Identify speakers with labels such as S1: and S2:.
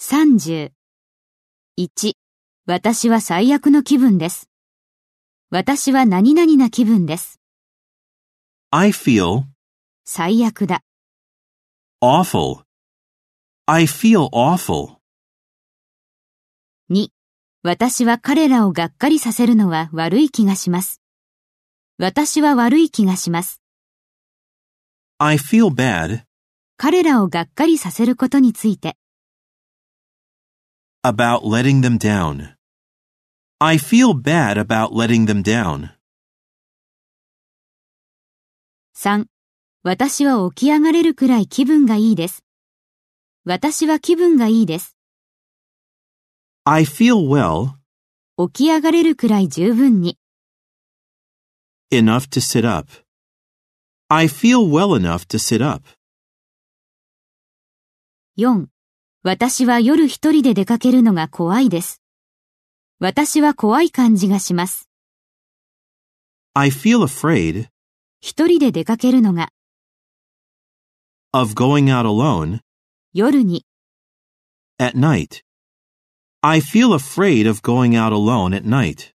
S1: 30。1. 私は最悪の気分です。私は何々な気分です。
S2: I feel
S1: 最悪だ。
S2: awful. I feel awful.
S1: 2. 私は彼らをがっかりさせるのは悪い気がします。私は悪い気がします。
S2: I feel bad
S1: 彼らをがっかりさせることについて。
S2: about letting them down. I feel bad about letting them down.
S1: 3. 私は起き上がれるくらい気分がいいです。私は気分がいいです。
S2: I feel well
S1: 起き上がれるくらい十分に。
S2: enough to sit up. I feel well enough to sit up.
S1: 4. 私は夜一人で出かけるのが怖いです。私は怖い感じがします。
S2: I feel afraid
S1: 一人で出かけるのが
S2: of going out alone
S1: 夜に。
S2: at night. I feel afraid of going out alone at night.